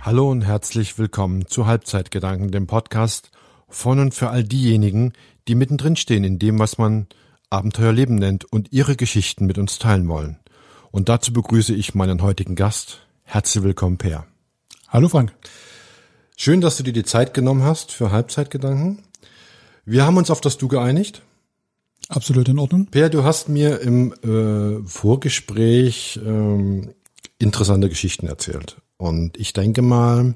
Hallo und herzlich willkommen zu Halbzeitgedanken, dem Podcast von und für all diejenigen, die mittendrin stehen in dem, was man Abenteuerleben nennt und ihre Geschichten mit uns teilen wollen. Und dazu begrüße ich meinen heutigen Gast. Herzlich willkommen, Per. Hallo Frank. Schön, dass du dir die Zeit genommen hast für Halbzeitgedanken. Wir haben uns auf das Du geeinigt. Absolut in Ordnung. Per, du hast mir im äh, Vorgespräch ähm, interessante Geschichten erzählt. Und ich denke mal,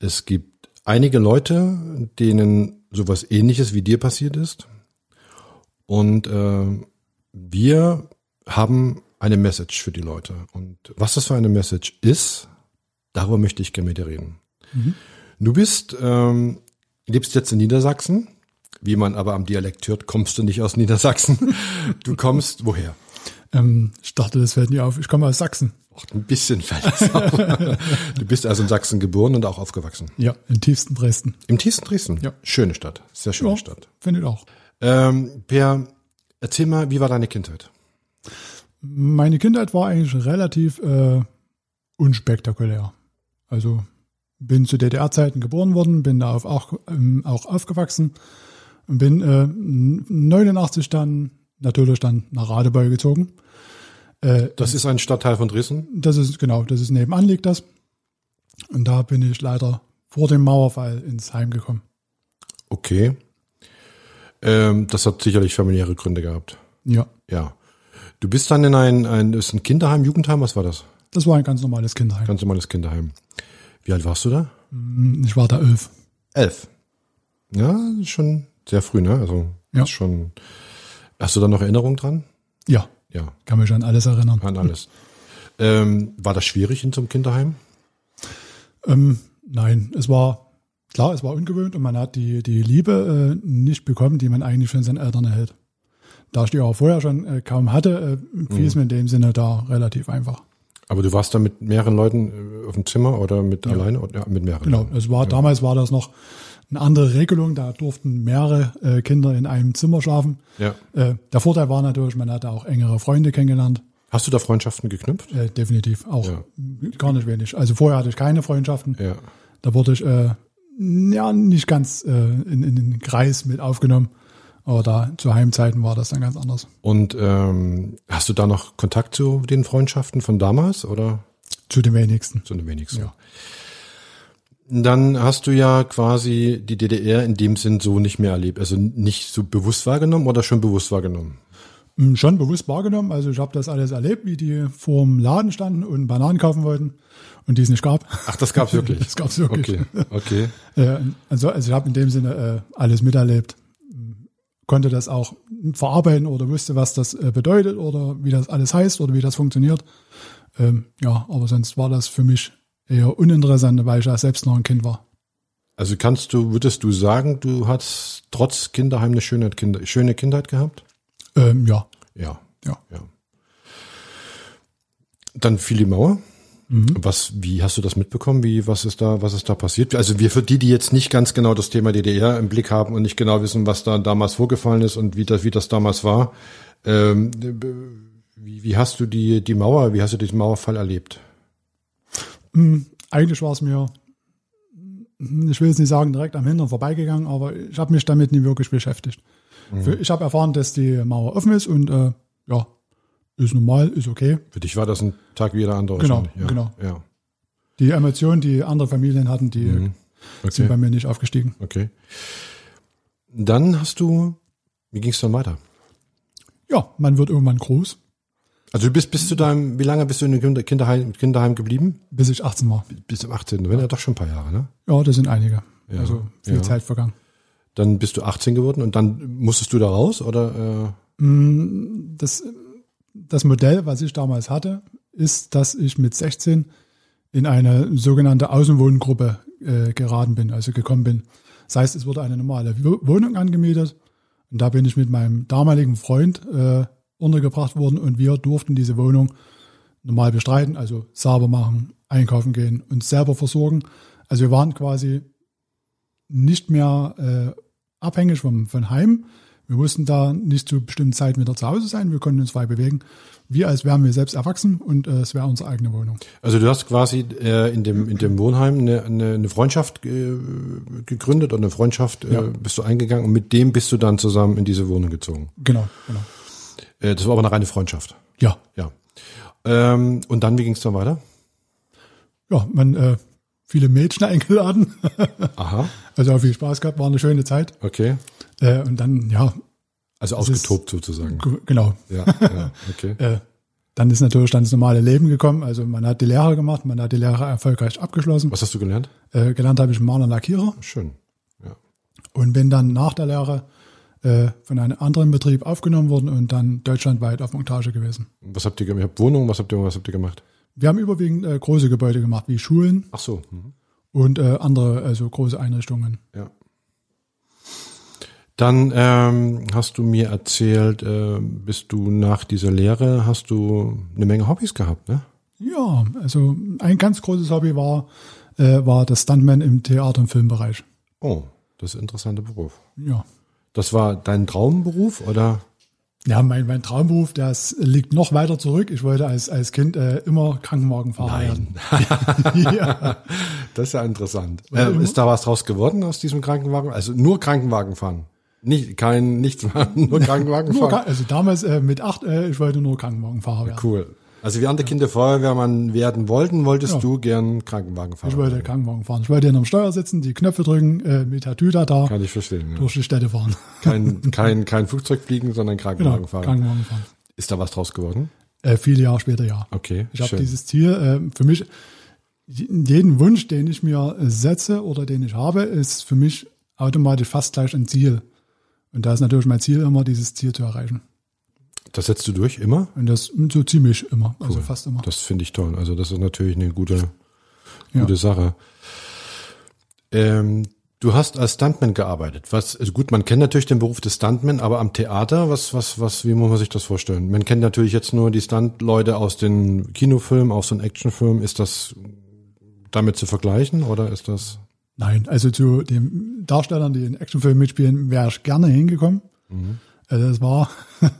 es gibt einige Leute, denen sowas ähnliches wie dir passiert ist. Und äh, wir haben eine Message für die Leute. Und was das für eine Message ist, darüber möchte ich gerne mit dir reden. Mhm. Du bist, ähm, lebst jetzt in Niedersachsen. Wie man aber am Dialekt hört, kommst du nicht aus Niedersachsen. Du kommst woher? Ähm, ich dachte, das fällt nie auf. Ich komme aus Sachsen. Auch ein bisschen verletzt. du bist also in Sachsen geboren und auch aufgewachsen. Ja, im tiefsten Dresden. Im tiefsten Dresden. Ja. Schöne Stadt. Sehr schöne Ja, Stadt. Finde ich auch. Ähm, per, erzähl mal, wie war deine Kindheit? Meine Kindheit war eigentlich relativ äh, unspektakulär. Also bin zu DDR-Zeiten geboren worden, bin da auf, auch, ähm, auch aufgewachsen und bin äh, 89 dann natürlich dann nach Radebeul gezogen. Äh, Das ist ein Stadtteil von Dresden. Das ist genau, das ist nebenan liegt das. Und da bin ich leider vor dem Mauerfall ins Heim gekommen. Okay. Ähm, das hat sicherlich familiäre Gründe gehabt. Ja, Ja. Du bist dann in ein, ein, ist ein Kinderheim, Jugendheim, was war das? das war ein ganz normales Kinderheim. Ganz normales Kinderheim. Wie alt warst du da? Ich war da elf. Elf. Ja, schon sehr früh, ne? Also, Ja. ist schon. Hast du da noch Erinnerung dran? Ja, Ja. kann mich an alles erinnern. An alles. Ähm, war das schwierig in so einem Kinderheim? Ähm, nein, es war klar, es war ungewöhnt und man hat die, die Liebe äh, nicht bekommen, die man eigentlich von seinen Eltern erhält. Da ich die auch vorher schon äh, kaum hatte, äh, fiel es Mhm. mir in dem Sinne da relativ einfach. Aber du warst da mit mehreren Leuten äh, auf dem Zimmer oder mit alleine oder ja, mit mehreren? Genau, es war damals war das noch eine andere Regelung, da durften mehrere äh, Kinder in einem Zimmer schlafen. Ja. Äh, der Vorteil war natürlich, man hatte auch engere Freunde kennengelernt. Hast du da Freundschaften geknüpft? Äh, definitiv auch Ja. gar nicht wenig. Also vorher hatte ich keine Freundschaften. Ja. Da wurde ich äh, ja nicht ganz äh, in, in den Kreis mit aufgenommen. Aber da zu Heimzeiten war das dann ganz anders. Und ähm, hast du da noch Kontakt zu den Freundschaften von damals oder Zu den wenigsten. zu den wenigsten? Ja. Dann hast du ja quasi die DDR in dem Sinn so nicht mehr erlebt, also nicht so bewusst wahrgenommen oder schon bewusst wahrgenommen? Hm, Schon bewusst wahrgenommen. Also ich habe das alles erlebt, wie die vorm Laden standen und Bananen kaufen wollten und die es nicht gab. Ach, das gab's wirklich. Das gab's wirklich. Okay, okay. Äh, also, also ich habe in dem Sinne äh, alles miterlebt, konnte das auch verarbeiten oder wusste, was das äh, bedeutet oder wie das alles heißt oder wie das funktioniert. Ähm, ja, aber sonst war das für mich eher uninteressant, weil ich ja selbst noch ein Kind war. Also kannst du, würdest du sagen, du hast trotz Kinderheim eine schöne, Kinder, schöne Kindheit gehabt? Ähm, ja, Ja. Ja. ja. Dann fiel die Mauer. Mhm. Was, wie hast du das mitbekommen? Wie, was ist da, was ist da passiert? Also wir, für die, die jetzt nicht ganz genau das Thema DDR im Blick haben und nicht genau wissen, was da damals vorgefallen ist und wie das, wie das damals war, ähm, wie, wie hast du die, die Mauer, wie hast du diesen Mauerfall erlebt? Hm, eigentlich war es mir, hm, ich will jetzt nicht sagen, direkt am Hintern vorbeigegangen, aber ich habe mich damit nie wirklich beschäftigt. Für- Ich habe erfahren, dass die Mauer offen ist und äh, ja, ist normal, ist okay. Für dich war das ein Tag wie jeder andere. Genau, wahrscheinlich. ja, genau. Ja. Die Emotionen, die andere Familien hatten, die sind Mhm. Okay. bei mir nicht aufgestiegen. okay. Dann hast du, wie ging es dann weiter? Ja, man wird irgendwann groß, Also du bist bis zu deinem, wie lange bist du in dem Kinder- Kinderheim, Kinderheim geblieben? bis ich 18 war. Bis zum 18. Wenn ja doch schon ein paar Jahre, ne? Ja, das sind einige. Ja, also viel ja. Zeit vergangen. Dann bist du 18 geworden und dann musstest du da raus oder äh, Das, das Modell, was ich damals hatte, ist, dass ich mit 16 in eine sogenannte Außenwohngruppe äh, geraten bin, also gekommen bin. Das heißt, es wurde eine normale Wo- Wohnung angemietet und da bin ich mit meinem damaligen Freund äh, untergebracht worden und wir durften diese Wohnung normal bestreiten, also sauber machen, einkaufen gehen, uns selber versorgen. Also wir waren quasi nicht mehr äh, abhängig vom, von Heim. Wir mussten da nicht zu bestimmten Zeiten wieder zu Hause sein. Wir konnten uns frei bewegen. Wie als wären wir selbst erwachsen und äh, es wäre unsere eigene Wohnung. Also du hast quasi äh, in, dem, in dem Wohnheim eine, eine, eine Freundschaft äh, gegründet und eine Freundschaft äh, Ja. bist du eingegangen und mit dem bist du dann zusammen in diese Wohnung gezogen. Genau, genau. Äh, das war aber eine reine Freundschaft. Ja, Ja. Ähm, und dann, wie ging es dann weiter? ja, man äh, viele Mädchen eingeladen. Aha, Also auch viel Spaß gehabt, war eine schöne Zeit. okay. Äh, und dann, ja, Also Das ist- ausgetobt sozusagen. g- genau. Ja, ja, okay. Äh, dann ist natürlich dann das normale Leben gekommen. Also man hat die Lehre gemacht, man hat die Lehre erfolgreich abgeschlossen. Was hast du gelernt? Äh, gelernt habe ich Maler und Lackierer. Schön. und bin dann nach der Lehre äh, von einem anderen Betrieb aufgenommen worden und dann deutschlandweit auf Montage gewesen. Was habt ihr gemacht? Ihr habt Wohnungen, was habt ihr, was habt ihr gemacht? Wir haben überwiegend äh, große Gebäude gemacht, wie Schulen Ach so. Mhm. und äh, andere also große Einrichtungen. Ja. Dann ähm, hast du mir erzählt, äh, bist du nach dieser Lehre, hast du eine Menge Hobbys gehabt, ne? Ja, also ein ganz großes Hobby war, äh, war das Stuntman im Theater- und Filmbereich. Oh, das ist ein interessanter Beruf. Ja. Das war dein Traumberuf oder? Ja, mein, mein Traumberuf, das liegt noch weiter zurück. Ich wollte als, als Kind äh, immer Krankenwagenfahrer werden. ja. Das ist ja interessant. Äh, ist da was draus geworden aus diesem Krankenwagen? Also nur Krankenwagen fahren. Nicht, kein, nichts machen, nur Krankenwagen Nur, fahren. Kran- also damals äh, mit acht, äh, ich wollte nur Krankenwagenfahrer werden. Cool. Also wie andere Kinder Feuerwehrmann werden wollten, wolltest Ja. du gern Krankenwagen fahren. Ich wollte Krankenwagen fahren. Ich wollte hinterm Steuer sitzen, die Knöpfe drücken, äh, mit der Tüte da Kann ich verstehen. Ja. durch die Städte fahren. Kein, kein, kein Flugzeug fliegen, sondern Genau, Krankenwagen fahren. Krankenwagen fahren. Ist da was draus geworden? Äh, viele Jahre später ja. Okay, Ich habe schön. dieses Ziel, äh, für mich, jeden Wunsch, den ich mir äh, setze oder den ich habe, ist für mich automatisch fast gleich ein Ziel. Und da ist natürlich mein Ziel immer, dieses Ziel zu erreichen. Das setzt du durch immer? Und das so ziemlich immer, also fast immer. Das finde ich toll. Also das ist natürlich eine gute, Ja. gute Sache. Ähm, du hast als Stuntman gearbeitet. Was, also gut, man kennt natürlich den Beruf des Stuntman, aber am Theater, was, was, was, wie muss man sich das vorstellen? Man kennt natürlich jetzt nur die Stunt-Leute aus den Kinofilmen, aus den Actionfilmen. Ist das damit zu vergleichen oder ist das? Nein, also zu den Darstellern, die in Actionfilmen mitspielen, wäre ich gerne hingekommen. Mhm. Also das war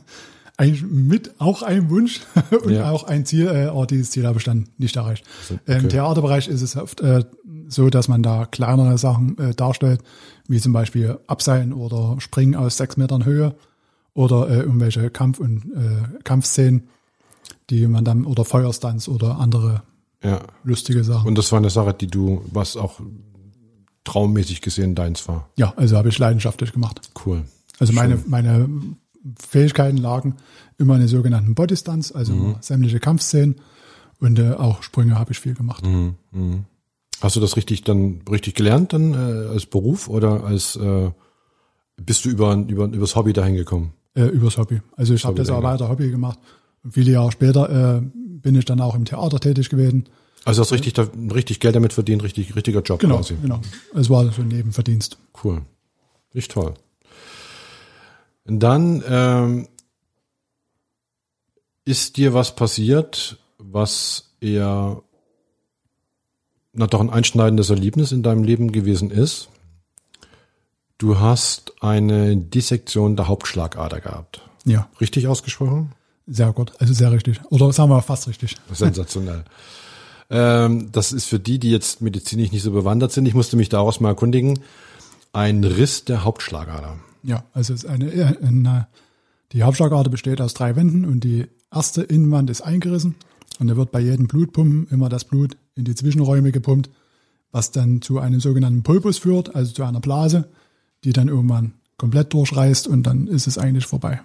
ein, mit auch ein Wunsch und Ja. Also, auch ein Ziel, äh, aber dieses Ziel habe ich dann nicht erreicht. okay. Im Theaterbereich ist es oft äh, so, dass man da kleinere Sachen äh, darstellt, wie zum Beispiel Abseilen oder Springen aus sechs Metern Höhe oder äh, irgendwelche Kampf- und äh, Kampfszenen, die man dann oder Feuerstunts oder andere Ja. lustige Sachen. Und das war eine Sache, die du, was auch traummäßig gesehen deins war. ja, also habe ich leidenschaftlich gemacht. Cool. Also meine, meine Fähigkeiten lagen immer in den sogenannten Bodystunts, also sämtliche Kampfszenen und äh, auch Sprünge habe ich viel gemacht. Hast du das richtig dann richtig gelernt dann äh, als Beruf oder als äh, bist du über über übers Hobby dahin gekommen? Äh, übers Hobby. Also ich habe das auch weiter Hobby gemacht. Und viele Jahre später äh, bin ich dann auch im Theater tätig gewesen. Also hast richtig da, richtig Geld damit verdient, richtig richtiger Job Genau, quasi. genau. Es war so ein Nebenverdienst. Cool. Richtig toll. Und dann ähm, ist dir was passiert, was eher na doch ein einschneidendes Erlebnis in deinem Leben gewesen ist. Du hast eine Dissektion der Hauptschlagader gehabt. Ja, Richtig ausgesprochen? sehr gut. Also sehr richtig. Oder sagen wir fast richtig. Sensationell. ähm, das ist für die, die jetzt medizinisch nicht so bewandert sind, ich musste mich daraus mal erkundigen, ein Riss der Hauptschlagader. Ja, also es ist eine, äh, eine, die Hauptschlagader besteht aus drei Wänden und die erste Innenwand ist eingerissen und da wird bei jedem Blutpumpen immer das Blut in die Zwischenräume gepumpt, was dann zu einem sogenannten Pulpus führt, also zu einer Blase, die dann irgendwann komplett durchreißt und dann ist es eigentlich vorbei.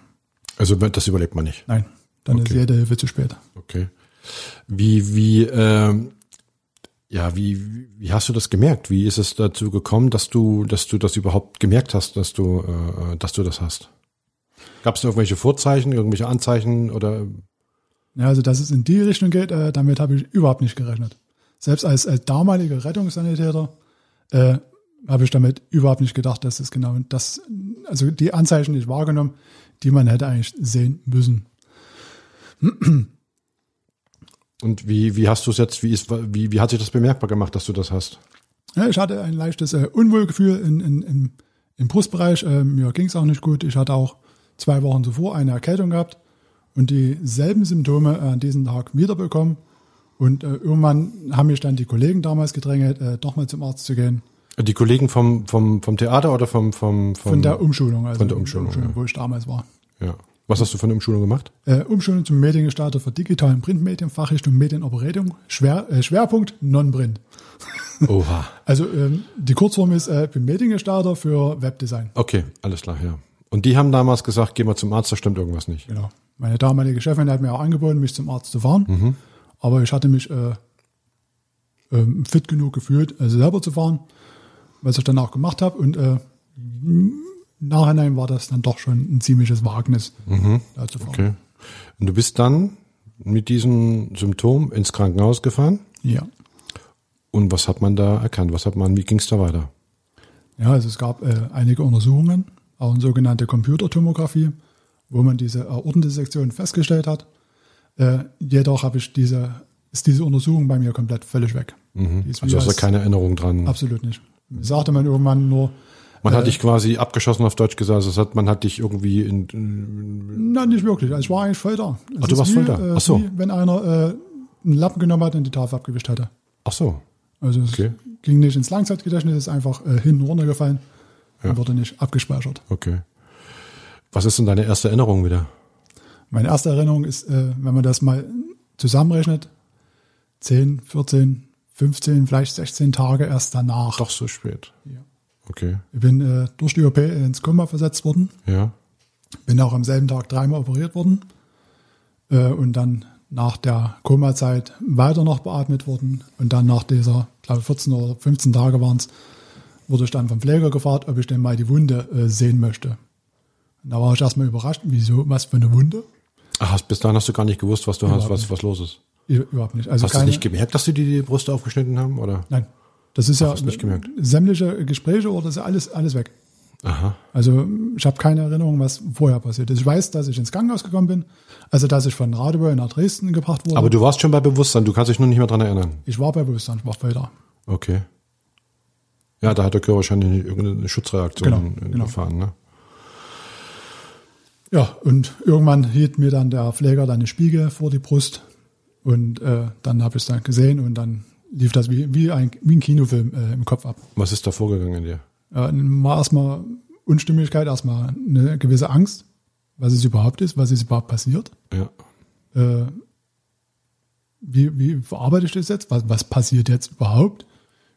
Also das überlebt man nicht. Nein, dann ist Okay. jede Hilfe zu spät. Okay. Wie, wie, ähm, ja, wie, wie hast du das gemerkt? Wie ist es dazu gekommen, dass du, dass du das überhaupt gemerkt hast, dass du, äh, dass du das hast? Gab es irgendwelche Vorzeichen, irgendwelche Anzeichen oder Ja, also dass es in die Richtung geht, äh, damit habe ich überhaupt nicht gerechnet. Selbst als, als damaliger Rettungssanitäter äh, habe ich damit überhaupt nicht gedacht, dass es genau das, also die Anzeichen nicht wahrgenommen, die man hätte eigentlich sehen müssen. und wie, wie hast du es jetzt, wie ist, wie, wie hat sich das bemerkbar gemacht, dass du das hast? Ja, ich hatte ein leichtes äh, Unwohlgefühl in, in, in, im Brustbereich. Äh, mir ging es auch nicht gut. Ich hatte auch zwei Wochen zuvor eine Erkältung gehabt und dieselben Symptome an diesem Tag wiederbekommen. Und äh, irgendwann haben mich dann die Kollegen damals gedrängelt, äh, doch mal zum Arzt zu gehen. Die Kollegen vom, vom, vom Theater oder vom, vom, vom Von der Umschulung, also Von um- der Umschulung, ja. wo ich damals war. ja. Was hast du von der Umschulung gemacht? Äh, Umschulung zum Mediengestalter für digitalen Printmedien, Fachrichtung Medienoperetung, Schwer, äh, Schwerpunkt Non-Print. Oha. Also ähm, die Kurzform ist, äh, ich bin Mediengestalter für Webdesign. Okay, alles klar, ja. Und die haben damals gesagt, geh mal zum Arzt, da stimmt irgendwas nicht. Genau. Meine damalige Chefin hat mir auch angeboten, mich zum Arzt zu fahren. Mhm. Aber ich hatte mich äh, ähm, fit genug gefühlt, also selber zu fahren, was ich dann auch gemacht habe. Und äh, im Nachhinein war das dann doch schon ein ziemliches Wagnis, Mhm. da zu fahren. Okay. Und du bist dann mit diesem Symptom ins Krankenhaus gefahren. Ja. Und was hat man da erkannt? Was hat man, wie ging es da weiter? ja, also es gab äh, einige Untersuchungen, auch eine sogenannte Computertomographie, wo man diese Aortendissektion festgestellt hat. Äh, jedoch habe ich diese, ist diese Untersuchung bei mir komplett völlig weg. Die ist Also mir hast du als- keine Erinnerung dran. Absolut nicht. Sagte man irgendwann nur, Man hat dich quasi abgeschossen auf Deutsch gesagt, also es hat, man hat dich irgendwie in, nein, nicht wirklich. Also ich war eigentlich voll da. Es Ach, du ist warst wie, voll da. äh, Ach so. Wie, wenn einer äh, einen Lappen genommen hat und die Tafel abgewischt hätte. ach so, Also es Okay. ging nicht ins Langzeitgedächtnis, ist einfach äh, hinten runtergefallen und wurde nicht abgespeichert. okay. Was ist denn deine erste Erinnerung wieder? Meine erste Erinnerung ist, äh, wenn man das mal zusammenrechnet, 10, 14, 15, vielleicht 16 Tage erst danach. Doch so spät. Ja. Okay, Ich bin äh, durch die OP ins Koma versetzt worden. ja. Bin auch am selben Tag dreimal operiert worden äh, und dann nach der Koma-Zeit weiter noch beatmet worden. Und dann nach dieser, glaube ich, 14 oder 15 Tage waren es, wurde ich dann vom Pfleger gefragt, ob ich denn mal die Wunde äh, sehen möchte. Und da war ich erstmal überrascht, wieso, was für eine Wunde? Ach, hast- bis dahin hast du gar nicht gewusst, was du hast, was, was los ist. Ich, überhaupt nicht. Also Hast du nicht gemerkt, dass du dir die Brust aufgeschnitten haben, oder? Nein, das ist ja hast nicht gemerkt. sämtliche Gespräche oder das ist alles, alles weg. Aha. Also ich habe keine Erinnerung, was vorher passiert ist. Ich weiß, dass ich ins Krankenhaus gekommen bin, also dass ich von Radebeul nach Dresden gebracht wurde. Aber du warst schon bei Bewusstsein, du kannst dich nur nicht mehr dran erinnern. ich war bei Bewusstsein, ich war voll da. Okay. Ja, da hat der Körper wahrscheinlich irgendeine Schutzreaktion Genau, genau. gefahren, ne? Ja, und irgendwann hielt mir dann der Pfleger dann eine Spiegel vor die Brust und äh, dann habe ich es dann gesehen und dann lief das wie, wie, ein, wie ein Kinofilm äh, im Kopf ab. Was ist da vorgegangen in dir? Äh, war erstmal Unstimmigkeit, erstmal eine gewisse Angst, was es überhaupt ist, was ist überhaupt passiert. Ja. äh, wie, wie verarbeite ich das jetzt? Was, was passiert jetzt überhaupt?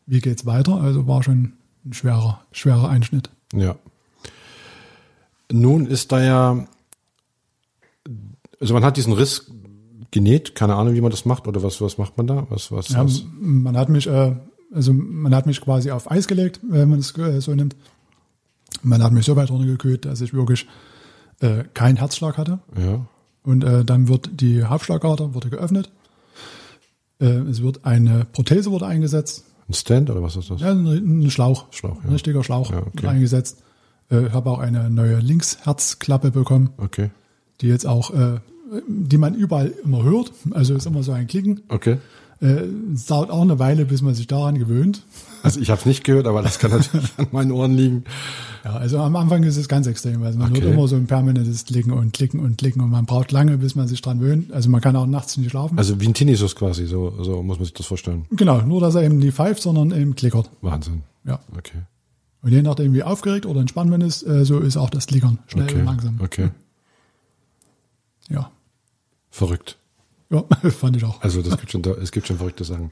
Wie geht's weiter? Also war schon ein schwerer, schwerer Einschnitt. Ja. Nun ist da ja, also man hat diesen Riss genäht, keine Ahnung, wie man das macht, oder was, was macht man da? Was, was, Ja, was? man hat mich, äh, also man hat mich quasi auf Eis gelegt, wenn man es äh, so nimmt. Man hat mich so weit runtergekühlt, dass ich wirklich äh, keinen Herzschlag hatte. Ja. Und äh, dann wird die Halsschlagader wurde geöffnet. Äh, es wird eine Prothese wurde eingesetzt. Ein Stand oder was ist das? Ja, ein, ein Schlauch. Schlauch, ja. Ein richtiger Schlauch Ja, okay. wird eingesetzt. Äh, Ich habe auch eine neue Linksherzklappe bekommen, Okay. die jetzt auch, äh, die man überall immer hört. Also ist immer so ein Klicken. Okay. Äh, Es dauert auch eine Weile, bis man sich daran gewöhnt. Also ich habe es nicht gehört, aber das kann natürlich an meinen Ohren liegen. Ja, also am Anfang ist es ganz extrem. Also man Okay. hört immer so ein permanentes Klicken und Klicken und Klicken und man braucht lange, bis man sich dran gewöhnt. Also man kann auch nachts nicht schlafen. Also wie ein Tinnitus quasi, so, so muss man sich das vorstellen. genau, nur dass er eben nicht pfeift, sondern eben klickert. Wahnsinn. Ja. Okay. Und je nachdem, wie aufgeregt oder entspannt man ist, äh, so ist auch das Klickern schnell Okay. und Äh, langsam. Okay. Ja. Verrückt. Ja, fand ich auch. Also das gibt schon, da- es gibt schon verrückte Sachen.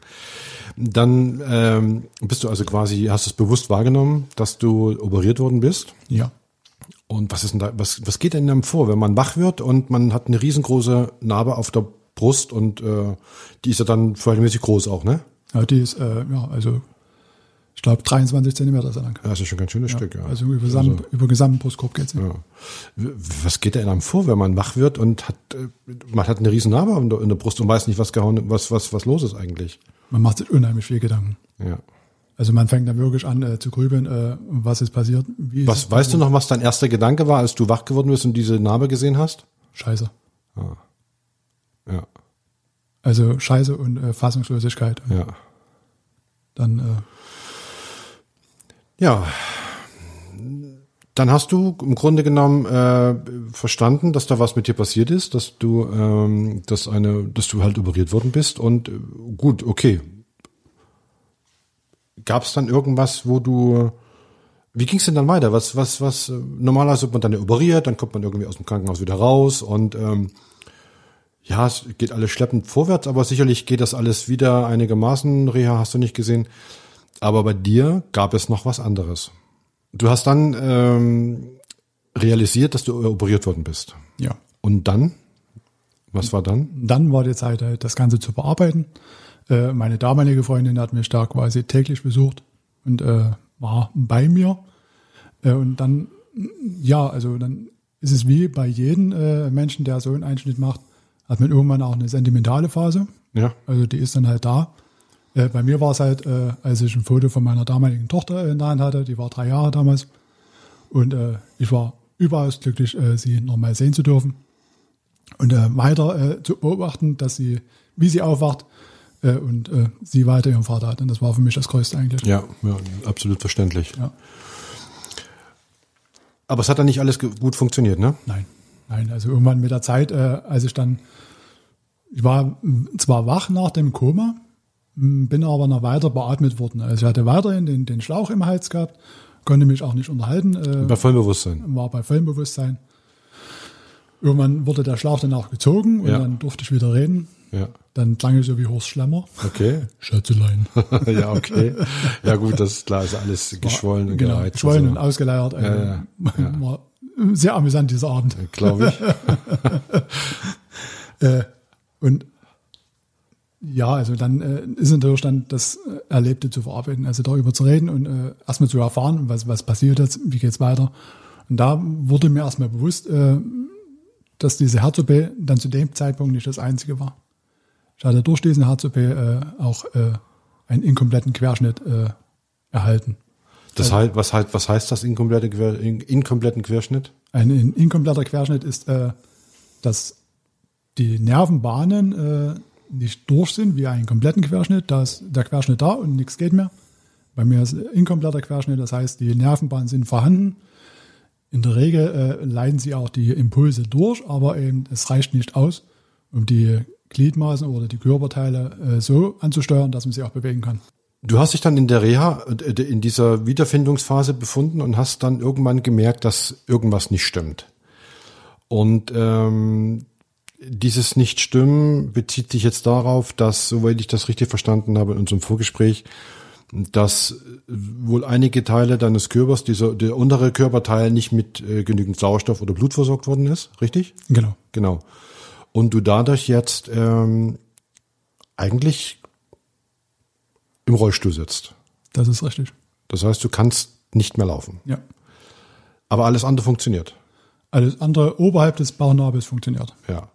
Dann ähm, bist du also quasi, hast du es bewusst wahrgenommen, dass du operiert worden bist. Ja. Und was ist denn da, was, was geht denn dann vor, wenn man wach wird und man hat eine riesengroße Narbe auf der Brust und äh, die ist ja dann verhältnismäßig groß auch, ne? ja die ist, äh, ja, also ich glaube 23 Zentimeter ist er lang. Ja, Das ist schon ein ganz schönes Stück, ja. Also über, Sam, über gesamten Brustkorb geht's. ja. W- Was geht denn einem vor, wenn man wach wird und hat, äh, man hat eine riesen Narbe in der, in der Brust und weiß nicht, was gehauen, was, was, was los ist eigentlich? Man macht sich unheimlich viel Gedanken. Ja. Also man fängt dann wirklich an äh, zu grübeln, äh, was ist passiert, wie ist Was, weißt du noch, was dein erster Gedanke war, als du wach geworden bist und diese Narbe gesehen hast? Scheiße. Ja, Also Scheiße und äh, Fassungslosigkeit. Und ja. Dann, äh, Ja. Dann hast du im Grunde genommen äh, verstanden, dass da was mit dir passiert ist, dass du, ähm, dass eine, dass du halt operiert worden bist und äh, gut, okay. Gab es dann irgendwas, wo du, wie ging es denn dann weiter? Was, was, was? äh, Normalerweise wird man dann ja operiert, dann kommt man irgendwie aus dem Krankenhaus wieder raus und ähm, ja, es geht alles schleppend vorwärts, aber sicherlich geht das alles wieder einigermaßen. Reha hast du nicht gesehen, aber bei dir gab es noch was anderes. Du hast dann ähm, realisiert, dass du operiert worden bist. Ja. Und dann? Was war dann? Dann war die Zeit, halt, das Ganze zu bearbeiten. Äh, meine damalige Freundin hat mich da quasi täglich besucht und äh, war bei mir. Äh, und dann, ja, also dann ist es wie bei jedem äh, Menschen, der so einen Einschnitt macht, hat man irgendwann auch eine sentimentale Phase. Ja. Also die ist dann halt da. Äh, bei mir war es halt, äh, als ich ein Foto von meiner damaligen Tochter in der Hand hatte, die war drei Jahre damals. Und äh, ich war überaus glücklich, äh, sie nochmal sehen zu dürfen. Und äh, weiter äh, zu beobachten, dass sie, wie sie aufwacht äh, und äh, sie weiter ihren Vater hat. Und das war für mich das Größte eigentlich. Ja, ja absolut verständlich. Ja. Aber es hat dann nicht alles ge- gut funktioniert, ne? Nein, nein. Also irgendwann mit der Zeit, äh, als ich dann, ich war mm, zwar wach nach dem Koma, mm, bin aber noch weiter beatmet worden. Also ich hatte weiterhin den, den Schlauch im Hals gehabt, konnte mich auch nicht unterhalten, äh, Bei vollem Bewusstsein. war bei vollem Bewusstsein. Irgendwann wurde der Schlauch dann auch gezogen und Ja. dann durfte ich wieder reden. Ja. Dann klang ich so wie Horst Schlemmer. Genau, Okay. Schätzelein. ja, okay. Ja, gut, das ist klar, ist alles geschwollen und genau, gereizt. Also, geschwollen und ausgeleiert. Äh, Ja, War sehr amüsant dieser Abend. Glaube äh, ich. Und ja, also dann äh, ist natürlich dann das äh, Erlebte zu verarbeiten, also darüber zu reden und äh, erstmal zu erfahren, was, was passiert jetzt, wie geht's weiter. Und da wurde mir erstmal bewusst, äh, dass diese herz dann zu dem Zeitpunkt nicht das einzige war. Ich hatte durch diesen herz äh, auch äh, einen inkompletten Querschnitt äh, erhalten. Das heißt, was, heißt, was heißt das inkomplette, Quer- in, inkompletten Querschnitt? Ein in- inkompletter Querschnitt ist, äh, dass die Nervenbahnen äh, nicht durch sind wie einen kompletten Querschnitt. Da ist der Querschnitt da und nichts geht mehr. Bei mir ist ein inkompletter Querschnitt, das heißt, die Nervenbahnen sind vorhanden. In der Regel äh, leiten sie auch die Impulse durch, aber eben es reicht nicht aus, um die Gliedmaßen oder die Körperteile äh, so anzusteuern, dass man sie auch bewegen kann. Du hast dich dann in der Reha, äh, in dieser Wiederfindungsphase befunden und hast dann irgendwann gemerkt, dass irgendwas nicht stimmt. Und ähm, dieses Nicht-Stimmen bezieht sich jetzt darauf, dass, soweit ich das richtig verstanden habe in unserem Vorgespräch, dass äh, wohl einige Teile deines Körpers, dieser, der untere Körperteil, nicht mit äh, genügend Sauerstoff oder Blut versorgt worden ist, richtig? Genau. Genau. Und du dadurch jetzt ähm, eigentlich im Rollstuhl sitzt. Das ist richtig. Das heißt, du kannst nicht mehr laufen. Ja. Aber alles andere funktioniert. Alles andere oberhalb des Bauchnabels funktioniert. Ja.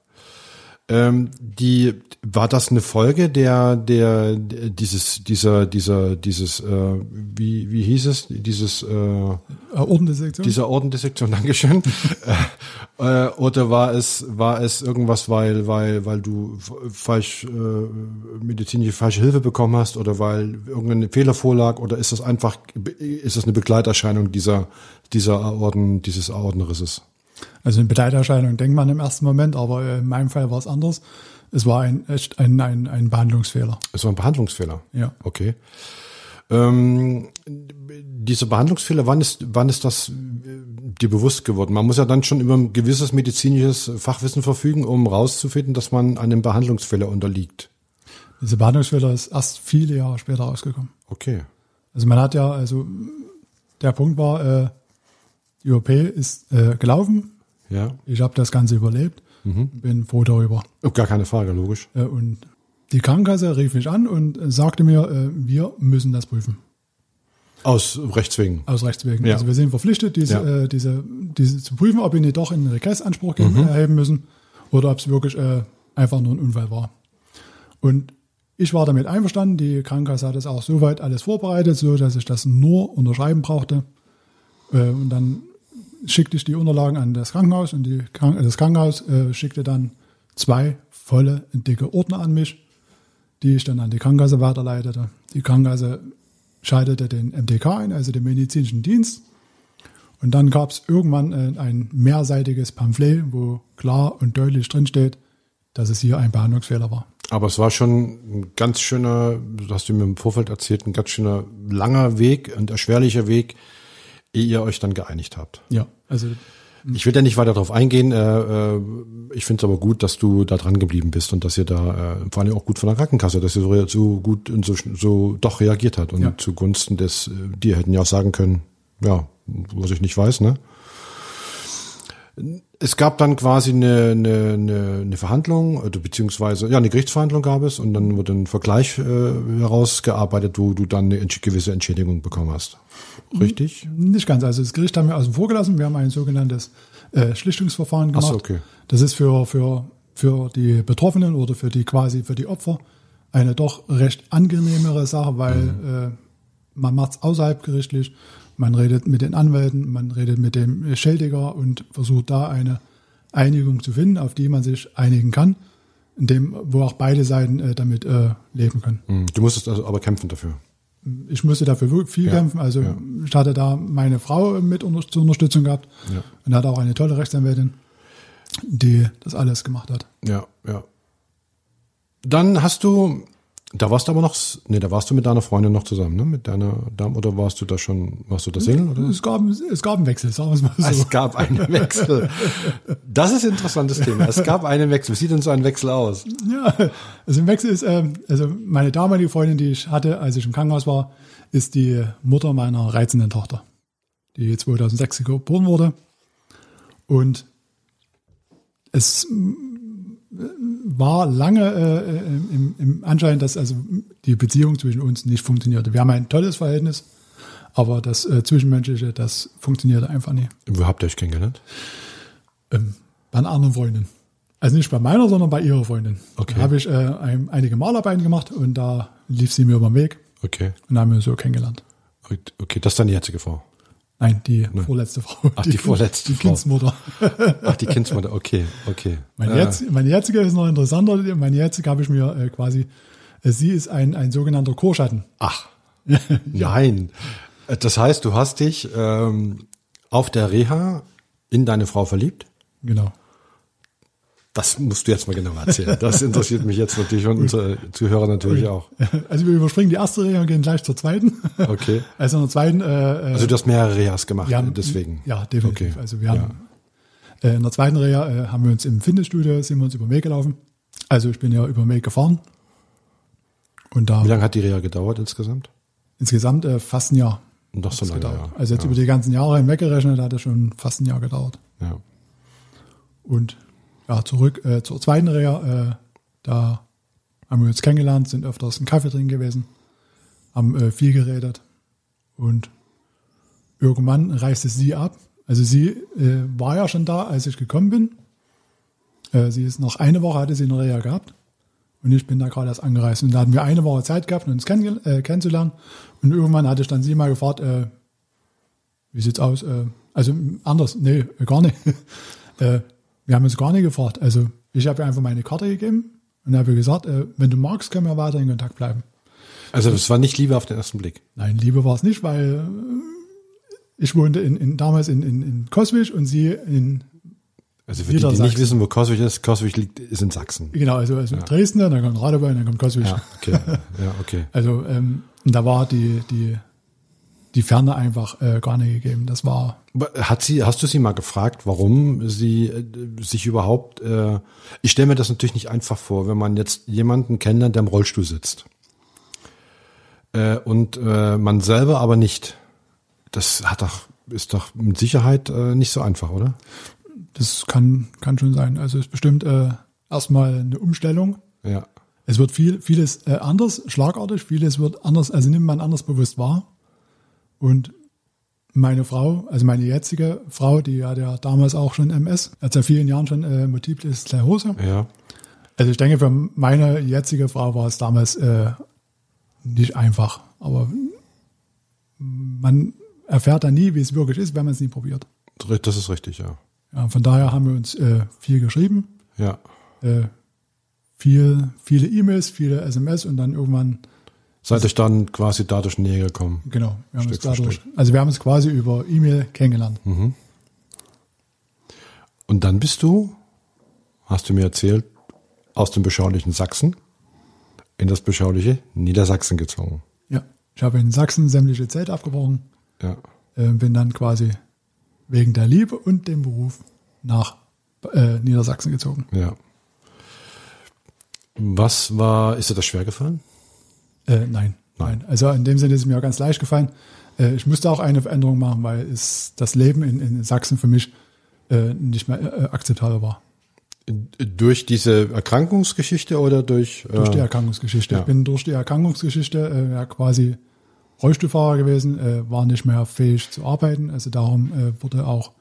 Ähm, die war das eine Folge der der dieses dieser dieser dieses äh, wie wie hieß es dieses äh, Äh, ordentliche Sektion? dieser Ordendissektion Dankeschön äh, oder war es war es irgendwas weil weil weil du f- falsch äh, medizinische falsche Hilfe bekommen hast oder weil irgendein Fehler vorlag oder ist das einfach ist das eine Begleiterscheinung dieser dieser Aorten dieses Aortenrisses Also eine Begleiterscheinung denkt man im ersten Moment, aber äh, in meinem Fall war es anders. Es war ein, echt ein, ein, ein Behandlungsfehler. Es war ein Behandlungsfehler. Ja. Okay. Ähm, diese Behandlungsfehler, wann ist, wann ist das äh, dir bewusst geworden? Man muss ja dann schon über ein gewisses medizinisches Fachwissen verfügen, um rauszufinden, dass man einem Behandlungsfehler unterliegt. Dieser Also Behandlungsfehler ist erst viele Jahre später rausgekommen. Okay. Also man hat ja, also der Punkt war, äh, die OP ist äh, gelaufen. Ja. Ich habe das Ganze überlebt. Bin froh darüber. Oh, Gar keine Frage, logisch. Äh, und die Krankenkasse rief mich an und äh, sagte mir, äh, wir müssen das prüfen. Aus Rechtswegen. Aus Rechts wegen. Ja. Also wir sind verpflichtet, diese, Ja. äh, diese, diese zu prüfen, ob wir nicht doch einen Regressanspruch geben, Mhm. erheben müssen oder ob es wirklich äh, einfach nur ein Unfall war. Und ich war damit einverstanden. Die Krankenkasse hat es auch soweit alles vorbereitet, so dass ich das nur unterschreiben brauchte. Äh, und dann schickte ich die Unterlagen an das Krankenhaus und die Krank das Krankenhaus äh, schickte dann zwei volle, dicke Ordner an mich, die ich dann an die Krankenkasse weiterleitete. Die Krankenkasse schaltete den MDK ein, also den medizinischen Dienst, Und dann gab es irgendwann äh, ein mehrseitiges Pamphlet, wo klar und deutlich drinsteht, dass es hier ein Behandlungsfehler war. Aber es war schon ein ganz schöner, das hast du mir im Vorfeld erzählt, ein ganz schöner langer Weg und erschwerlicher Weg, ehe ihr euch dann geeinigt habt. Ja, also Ich will da nicht weiter drauf eingehen. Äh, äh, ich finde es aber gut, dass du da dran geblieben bist und dass ihr da, äh, vor allem auch gut von der Krankenkasse, dass ihr so, so gut und so, schn- so doch reagiert hat. Und Ja. zugunsten des, äh, die hätten ja auch sagen können, ja, was ich nicht weiß, ne? Es gab dann quasi eine, eine, eine, eine Verhandlung, oder beziehungsweise ja, eine Gerichtsverhandlung gab es und dann wurde ein Vergleich äh, herausgearbeitet, wo du dann eine entsch- gewisse Entschädigung bekommen hast. Richtig? nicht ganz. Also das Gericht haben wir außen vor gelassen. Wir haben ein sogenanntes äh, Schlichtungsverfahren Ach gemacht. so, okay. Das ist für, für, für die Betroffenen oder für die quasi für die Opfer eine doch recht angenehmere Sache, weil Mhm. äh, man macht es außerhalb gerichtlich, man redet mit den Anwälten, man redet mit dem Schädiger und versucht da eine Einigung zu finden, auf die man sich einigen kann, in dem, wo auch beide Seiten äh, damit äh, leben können. Hm, Du musstest also aber kämpfen dafür. Ich musste dafür wirklich viel Ja, kämpfen. Also ja. ich hatte da meine Frau mit unter, zur Unterstützung gehabt Ja. und hatte auch eine tolle Rechtsanwältin, die das alles gemacht hat. Ja, ja. Dann hast du, da warst du aber noch, s- nee, da warst du mit deiner Freundin noch zusammen, ne? Mit deiner Dame, oder warst du da schon, warst du da Single, oder? Also. Es gab, es gab einen Wechsel, sagen wir es mal so. Es gab einen Wechsel. Das ist ein interessantes Thema. Es gab einen Wechsel. Wie sieht denn so ein Wechsel aus? Ja, also im Wechsel ist, ähm, also meine damalige Freundin, die ich hatte, als ich im Krankenhaus war, ist die Mutter meiner reizenden Tochter, die 2006 geboren wurde. Und es mm, war lange äh, im, im Anschein, dass also die Beziehung zwischen uns nicht funktionierte. Wir haben ein tolles Verhältnis, aber das äh, Zwischenmenschliche, das funktionierte einfach nicht. Wo habt ihr euch kennengelernt? Ähm, bei einer anderen Freundin. Also nicht bei meiner, sondern bei ihrer Freundin. Okay. Da habe ich äh, ein, einige Malarbeiten gemacht und da lief sie mir über den Weg Okay. und haben wir so kennengelernt. Okay, das ist deine jetzige Frau. Nein, die vorletzte Frau. Ne. Ach, die vorletzte Die Frau. Kindsmutter. Ach, die Kindsmutter. Okay, okay. Meine, Ah, jetz, meine jetzige ist noch interessanter. Meine jetzige habe ich mir äh, quasi, äh, sie ist ein, ein sogenannter Chorschatten. Ach, nein. Das heißt, du hast dich ähm, auf der Reha in deine Frau verliebt? Genau. Das musst du jetzt mal genau erzählen. Das interessiert mich jetzt natürlich und unsere Zuhörer natürlich auch. Also wir überspringen die erste Reha und gehen gleich zur zweiten. Okay. Also in der zweiten äh, äh, Also du hast mehrere Rehas gemacht, Wir haben- Äh, deswegen. Ja, definitiv. Okay. Also wir haben äh, in der zweiten Reha äh, haben wir uns im Fitnessstudio, sind wir uns über den Weg gelaufen. Also ich bin ja über den Weg gefahren. Und da Wie lange hat die Reha gedauert insgesamt? insgesamt äh, fast ein Jahr. Noch so hat's lange, gedauert. ja. Also jetzt Ja. über die ganzen Jahre hinweg gerechnet, hat es schon fast ein Jahr gedauert. Ja. Und ja, zurück äh, zur zweiten Reha. Äh, da haben wir uns kennengelernt, sind öfters einen Kaffee drin gewesen, haben äh, viel geredet. Und irgendwann reiste sie ab. Also sie äh, war ja schon da, als ich gekommen bin. Äh, sie ist noch eine Woche, hatte sie eine Reha gehabt. Und ich bin da gerade erst angereist. Und da hatten wir eine Woche Zeit gehabt, uns kennenge- äh, kennenzulernen. Und irgendwann hatte ich dann sie mal gefragt, äh, wie sieht's aus? Äh, also m, anders, nee, gar nicht. äh, wir haben uns gar nicht gefragt. Also ich habe ihr einfach meine Karte gegeben und habe ihr gesagt, äh, wenn du magst, können wir weiter in Kontakt bleiben. Also das war nicht Liebe auf den ersten Blick. Nein, Liebe war es nicht, weil äh, ich wohnte in, in, damals in, in, in Koswig und sie in, Also für die, die Niedersachsen. nicht wissen, wo Coswig ist, Coswig liegt, ist in Sachsen. genau, also, also Dresden, dann kommt Radebeul, dann kommt Koswig. Ja, okay. ja, okay. Also ähm, und da war die, die, die Ferne einfach äh, gar nicht gegeben. Das war Aber Hat sie, hast du sie mal gefragt, warum sie äh, sich überhaupt, äh, ich stelle mir das natürlich nicht einfach vor, wenn man jetzt jemanden kennenlernt, der im Rollstuhl sitzt. Äh, und äh, man selber aber nicht. Das hat doch, ist doch mit Sicherheit äh, nicht so einfach, oder? Das kann, kann schon sein. Also es ist bestimmt äh, erstmal eine Umstellung. Ja. Es wird viel, vieles äh, anders, schlagartig, vieles wird anders, also nimmt man anders bewusst wahr. Und meine Frau, also meine jetzige Frau, die hat ja damals auch schon MS, hat seit vielen Jahren schon äh, Multiple Sklerose. Ja. Also ich denke, für meine jetzige Frau war es damals äh, nicht einfach. Aber man erfährt dann nie, wie es wirklich ist, wenn man es nie probiert. Das ist richtig, ja. Ja, von daher haben wir uns äh, viel geschrieben. Ja. äh, viel, viele E-Mails, viele SMS und dann irgendwann Seid euch dann quasi dadurch näher gekommen. Genau. Wir haben Stück Mhm. uns für dadurch, also wir haben uns quasi über E-Mail kennengelernt. Und dann bist du, hast du mir erzählt, aus dem beschaulichen Sachsen in das beschauliche Niedersachsen gezogen. Ja. Ich habe in Sachsen sämtliche Zelte abgebrochen, Ja. äh, bin dann quasi wegen der Liebe und dem Beruf nach äh, Niedersachsen gezogen. Ja. Was war, ist dir das schwer gefallen? Äh, nein, Nein. nein. Also in dem Sinne ist es mir auch ganz leicht gefallen. Äh, ich musste auch eine Veränderung machen, weil es das Leben in, in Sachsen für mich äh, nicht mehr äh, akzeptabel war. Durch diese Erkrankungsgeschichte oder durch, Durch die äh, Erkrankungsgeschichte. ja. Ich bin durch die Erkrankungsgeschichte äh, ja quasi Rollstuhlfahrer gewesen, äh, war nicht mehr fähig zu arbeiten. Also darum äh, wurde auch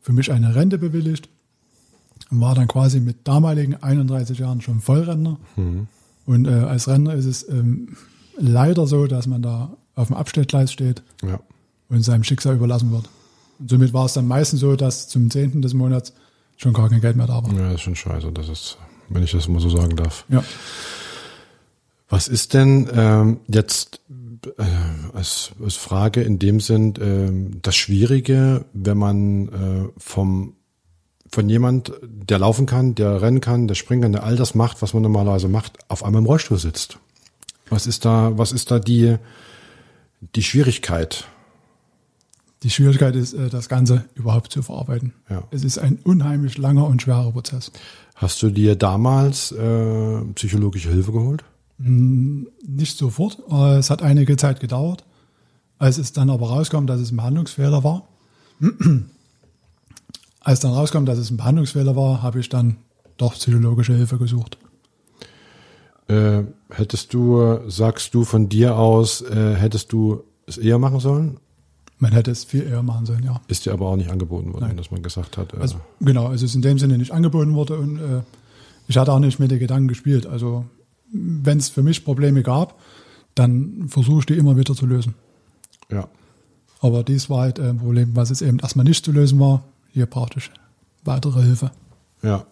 für mich eine Rente bewilligt und war dann quasi mit damaligen 31 Jahren schon Vollrentner. Mhm. Und äh, als Rentner ist es ähm, leider so, dass man da auf dem Abstellgleis steht ja. und seinem Schicksal überlassen wird. Und somit war es dann meistens so, dass zum 10. des Monats schon gar kein Geld mehr da war. ja, das ist schon scheiße, das ist, wenn ich das mal so sagen darf. Ja. Was ist denn ähm, jetzt äh, als, als Frage in dem Sinn ähm, das Schwierige, wenn man äh, vom von jemand, der laufen kann, der rennen kann, der springen kann, der all das macht, was man normalerweise macht, auf einmal im Rollstuhl sitzt? Was ist da, was ist da die die Schwierigkeit? Die Schwierigkeit ist, äh, das Ganze überhaupt zu verarbeiten. Ja. Es ist ein unheimlich langer und schwerer Prozess. Hast du dir damals äh, psychologische Hilfe geholt? Nicht sofort, äh, es hat einige Zeit gedauert. Als es dann aber rauskam, dass es ein Behandlungsfehler war, als dann rauskam, dass es ein Behandlungsfehler war, habe ich dann doch psychologische Hilfe gesucht. Äh, hättest du, sagst du von dir aus, äh, hättest du es eher machen sollen Man hätte es viel eher machen sollen, ja. Ist dir aber auch nicht angeboten worden, dass man gesagt hat. Äh, Also, genau, also es ist in dem Sinne nicht angeboten wurde und äh, ich hatte auch nicht mit den Gedanken gespielt. Also wenn es für mich Probleme gab, dann versuche ich die immer wieder zu lösen. ja. Aber dies war halt äh, ein Problem, was jetzt eben erstmal nicht zu lösen war. Hier brauchte ich weitere Hilfe. ja.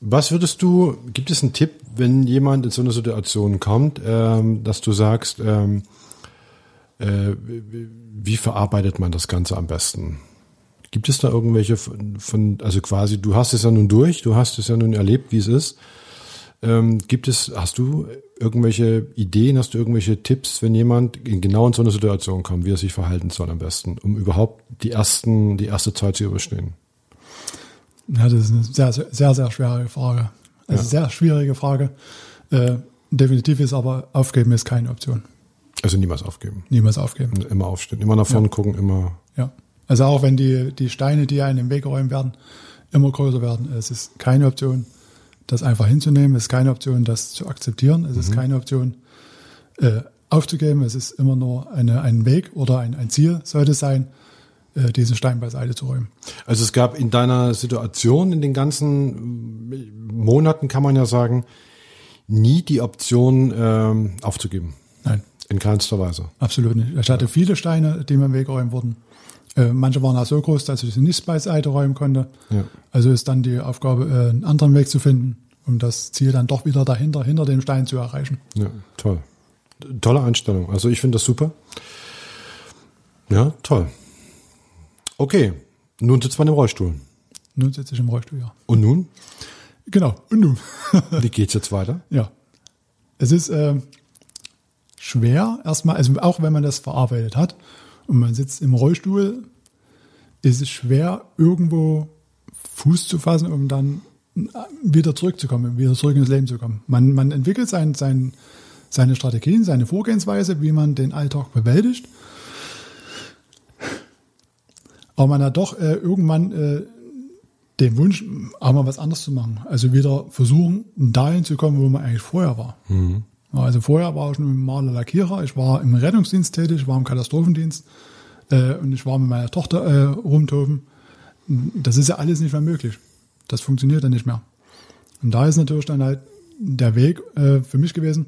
Was würdest du, gibt es einen Tipp, wenn jemand in so eine Situation kommt, ähm, dass du sagst, ähm, äh, wie- wie verarbeitet man das Ganze am besten? Gibt es da irgendwelche von, von, also quasi, du hast es ja nun durch, du hast es ja nun erlebt, wie es ist. Ähm, gibt es, hast du irgendwelche Ideen, hast du irgendwelche Tipps, wenn jemand in- genau in so eine Situation kommt, wie er sich verhalten soll am besten, um überhaupt die ersten, die erste Zeit zu überstehen? Ja, das ist eine sehr, sehr, sehr, sehr schwere Frage. Also sehr schwierige Frage. Äh, definitiv ist aber aufgeben ist keine Option. Also niemals aufgeben. Niemals aufgeben. Immer aufstehen, immer nach vorne gucken, immer. Ja. Also auch wenn die, die Steine, die einem im Weg geräumt werden, immer größer werden. Es ist keine Option, das einfach hinzunehmen. Es ist keine Option, das zu akzeptieren. Es ist keine Option, äh, aufzugeben. Es ist immer nur eine, ein Weg oder ein, ein Ziel sollte es sein, äh, diesen Stein beiseite zu räumen. Also es gab in deiner Situation, in den ganzen ähm, Monaten kann man ja sagen, nie die Option ähm, aufzugeben. Nein, In keinster Weise. absolut nicht. Ich hatte viele Steine, die mir im Weg geräumt wurden. Äh, manche waren auch so groß, dass ich sie nicht beiseite räumen konnte. Ja. Also ist dann die Aufgabe, äh, einen anderen Weg zu finden, um das Ziel dann doch wieder dahinter, hinter dem Stein zu erreichen. Ja, toll. Tolle Einstellung. Also ich finde das super. Ja, toll. Okay, nun sitzt man im Rollstuhl. Nun sitze ich im Rollstuhl, ja. Und nun? Genau, und nun. Wie geht's jetzt weiter? ja. Es ist äh, schwer erstmal, also auch wenn man das verarbeitet hat und man sitzt im Rollstuhl, ist es schwer, irgendwo Fuß zu fassen, um dann wieder zurückzukommen, wieder zurück ins Leben zu kommen. Man, man entwickelt sein, sein, seine Strategien, seine Vorgehensweise, wie man den Alltag bewältigt. Aber man hat doch äh, irgendwann äh, den Wunsch, auch mal was anderes zu machen. Also wieder versuchen, dahin zu kommen, wo man eigentlich vorher war. Ja, Also vorher war ich ein Maler Lackierer, ich war im Rettungsdienst tätig, ich war im Katastrophendienst äh, und ich war mit meiner Tochter äh, rumtoben. Das ist ja alles nicht mehr möglich. Das funktioniert ja nicht mehr. Und da ist natürlich dann halt der Weg äh, für mich gewesen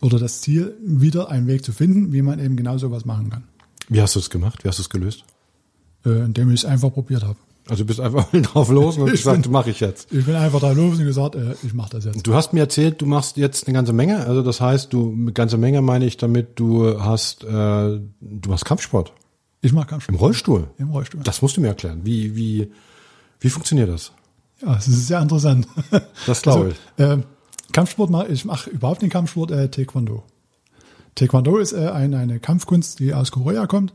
oder das Ziel, wieder einen Weg zu finden, wie man eben genau sowas machen kann, Wie hast du es gemacht? Wie hast du es gelöst? äh, indem ich es einfach probiert habe. Also du bist einfach drauf los und hast Ich gesagt, mache ich jetzt. Ich bin einfach da los und gesagt, äh, ich mache das jetzt. Du hast mir erzählt, du machst jetzt eine ganze Menge. Also das heißt, du eine ganze Menge meine ich damit, du hast äh, du machst Kampfsport Ich mache Kampfsport im Rollstuhl. im Rollstuhl. Das musst du mir erklären. Wie wie wie funktioniert das? Ja, das ist sehr interessant. Das glaube ich. Ähm, Kampfsport mache ich mache überhaupt den Kampfsport äh, Taekwondo. Taekwondo ist äh, eine, eine Kampfkunst, die aus Korea kommt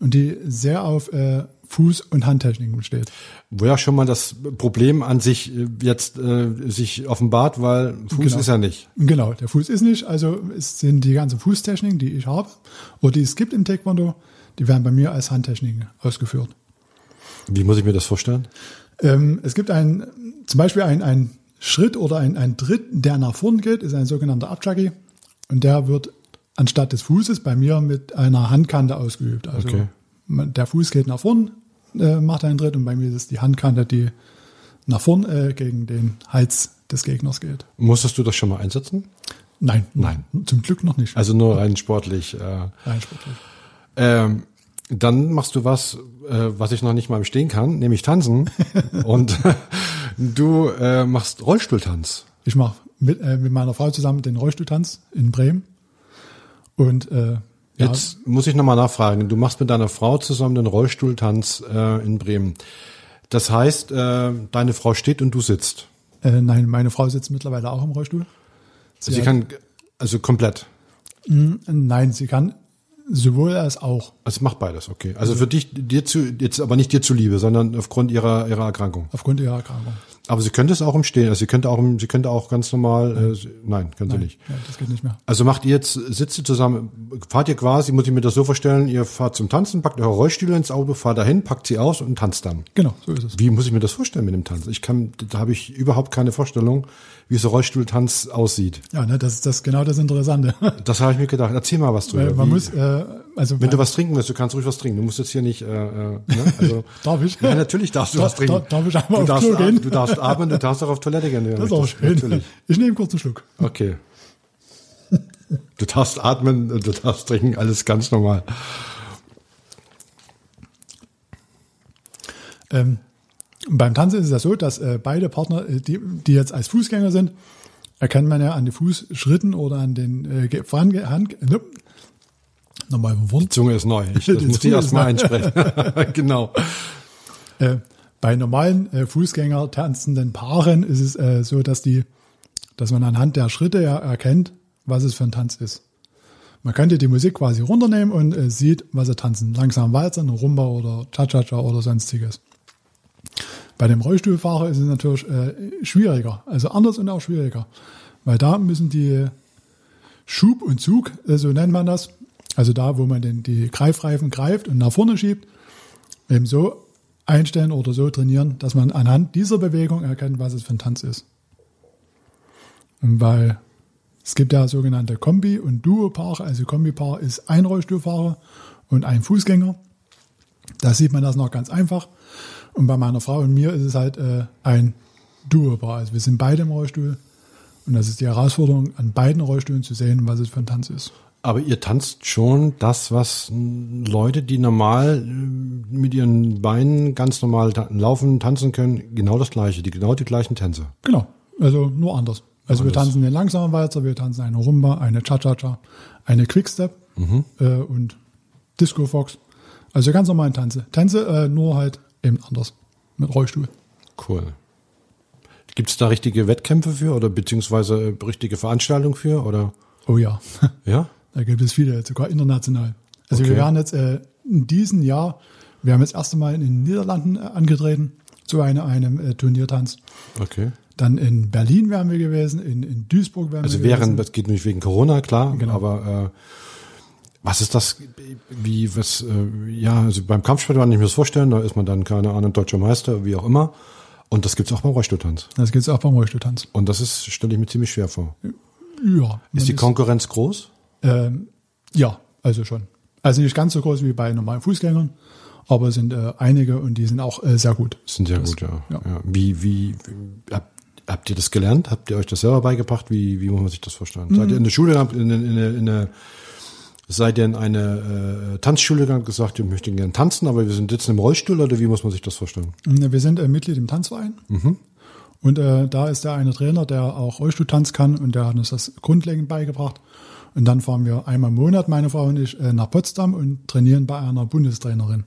und die sehr auf äh, Fuß- und Handtechniken steht. Wo ja schon mal das Problem an sich äh, jetzt äh, sich offenbart, weil Fuß Genau. ist ja nicht. Genau, der Fuß ist nicht, also es sind die ganzen Fußtechniken, die ich habe oder die es gibt im Taekwondo, die werden bei mir als Handtechniken ausgeführt. Wie muss ich mir das vorstellen? Ähm, es gibt ein, zum Beispiel ein, ein Schritt oder ein, ein Tritt, der nach vorn geht, ist ein sogenannter Abjagi. Und der wird anstatt des Fußes bei mir mit einer Handkante ausgeübt. Also Okay. man, der Fuß geht nach vorn, äh, macht einen Tritt und bei mir ist es die Handkante, die nach vorn äh, gegen den Hals des Gegners geht. Musstest du das schon mal einsetzen? Nein, nein, zum Glück noch nicht. Also nur rein sportlich. Äh, Nein, sportlich. ähm, dann machst du was, äh, was ich noch nicht mal im Stehen kann, nämlich tanzen. Und du äh, machst Rollstuhltanz. Ich mache mit, äh, mit meiner Frau zusammen den Rollstuhltanz in Bremen. Und äh, ja, Jetzt muss ich nochmal nachfragen. Du machst mit deiner Frau zusammen den Rollstuhltanz äh, in Bremen. Das heißt, äh, deine Frau steht und du sitzt. äh, nein, meine Frau sitzt mittlerweile auch im Rollstuhl. Sie hat- kann also komplett. Nein, sie kann sowohl als auch. Also macht beides, okay. Also für dich, dir zu, jetzt aber nicht dir zuliebe, sondern aufgrund ihrer ihrer Erkrankung. Aufgrund ihrer Erkrankung. Aber sie könnte es auch im Stehen. Also sie könnte auch, im, sie könnte auch ganz normal. Nein, äh, sie- nein kann sie nicht. Ja, das geht nicht mehr. Also macht ihr jetzt, sitzt ihr zusammen, fahrt ihr quasi, muss ich mir das so vorstellen, ihr fahrt zum Tanzen, packt eure Rollstühle ins Auto, fahrt dahin, packt sie aus und tanzt dann. Genau, so ist es. Wie muss ich mir das vorstellen mit dem Tanzen? Ich kann, da habe ich überhaupt keine Vorstellung, wie so Rollstuhltanz aussieht. Ja, ne, das ist das, genau das Interessante. Das habe ich mir gedacht. Erzähl mal was Weil drüber. man Wie- muss, äh, also wenn du was trinken willst, du kannst ruhig was trinken. Du musst jetzt hier nicht, äh, äh, ne? also, darf ich? ja, natürlich darfst du Dar- was trinken. dar- darf ich einmal du auf darfst, Klo atmen, gehen? Du darfst atmen, du darfst auch auf Toilette gehen. wenn du das ist auch möchtest. schön. Natürlich. Ich nehme kurz einen Schluck. Okay. Du darfst atmen, du darfst trinken, alles ganz normal. Ähm, beim Tanzen ist es ja so, dass äh, beide Partner, äh, die, die jetzt als Fußgänger sind, erkennt man ja an den Fußschritten oder an den äh, Ge- Vorange Hand nochmal von vorn. Die Zunge ist neu. Ich, das Die muss ich Zunge erst ist mal neu. einsprechen. genau. Äh, bei normalen äh, Fußgänger tanzenden Paaren ist es äh, so, dass die, dass man anhand der Schritte ja erkennt, was es für ein Tanz ist. Man könnte die Musik quasi runternehmen und äh, sieht, was sie tanzen. Langsam walzen, Rumba oder Cha-Cha-Cha oder sonstiges. Bei dem Rollstuhlfahrer ist es natürlich äh, schwieriger, also anders und auch schwieriger, weil da müssen die Schub und Zug, äh, so nennt man das, also da, wo man den, die Greifreifen greift und nach vorne schiebt, eben so einstellen oder so trainieren, dass man anhand dieser Bewegung erkennt, was es für ein Tanz ist. Und weil es gibt ja sogenannte Kombi- und Duo-Paare, also Kombi-Paar ist ein Rollstuhlfahrer und ein Fußgänger. Da sieht man das noch ganz einfach. Und bei meiner Frau und mir ist es halt äh, ein Duo-Paar. Also wir sind beide im Rollstuhl. Und das ist die Herausforderung, an beiden Rollstühlen zu sehen, was es für ein Tanz ist. Aber ihr tanzt schon das, was m, Leute, die normal äh, mit ihren Beinen ganz normal ta laufen, tanzen können, genau das gleiche, die genau die gleichen Tänze. Genau, also nur anders. Also wir tanzen den langsamen Walzer, wir tanzen eine Rumba, eine Cha-Cha-Cha, eine Quickstep Mhm. äh, und Disco Fox. Also ganz normalen Tänze. Tänze äh, nur halt eben anders. Mit Rollstuhl. Cool. Gibt es da richtige Wettkämpfe für oder beziehungsweise äh, richtige Veranstaltungen für oder? Oh ja, Ja? da gibt es viele, sogar international. Also Okay. wir werden jetzt äh, in diesem Jahr, wir haben jetzt das erste Mal in den Niederlanden äh, angetreten zu eine, einem äh, Turniertanz. Okay. Dann in Berlin wären wir gewesen, in, in Duisburg wären Also wir gewesen. während, das geht nicht wegen Corona, klar, aber äh, was ist das, wie, was, äh, ja, also beim Kampfsport kann ich mir das vorstellen, da ist man dann, keine Ahnung, deutscher Meister, wie auch immer. Und das gibt's auch beim Rollstuhltanz. Das geht auch beim Rollstuhltanz. Und das ist, stelle ich mir ziemlich schwer vor. Ja. Ist die Konkurrenz groß? Ähm, ja, also schon. Also nicht ganz so groß wie bei normalen Fußgängern, aber es sind äh, einige und die sind auch äh, sehr gut. Sind sehr Das- gut, ja. ja. ja. Wie, wie, wie- habt, habt ihr das gelernt? Mhm. Habt ihr euch das selber beigebracht? Wie, wie muss man sich das vorstellen? Seid ihr in der Schule, habt ihr in, in, in, in, eine- Es sei denn, eine äh, Tanzschule gegangen und gesagt, wir möchten gerne tanzen, aber wir sind jetzt im Rollstuhl oder wie muss man sich das vorstellen? Wir sind äh, Mitglied im Tanzverein. Und äh, da ist der eine Trainer, der auch Rollstuhltanz kann und der hat uns das grundlegend beigebracht. Und dann fahren wir einmal im Monat, meine Frau und ich, äh, nach Potsdam und trainieren bei einer Bundestrainerin.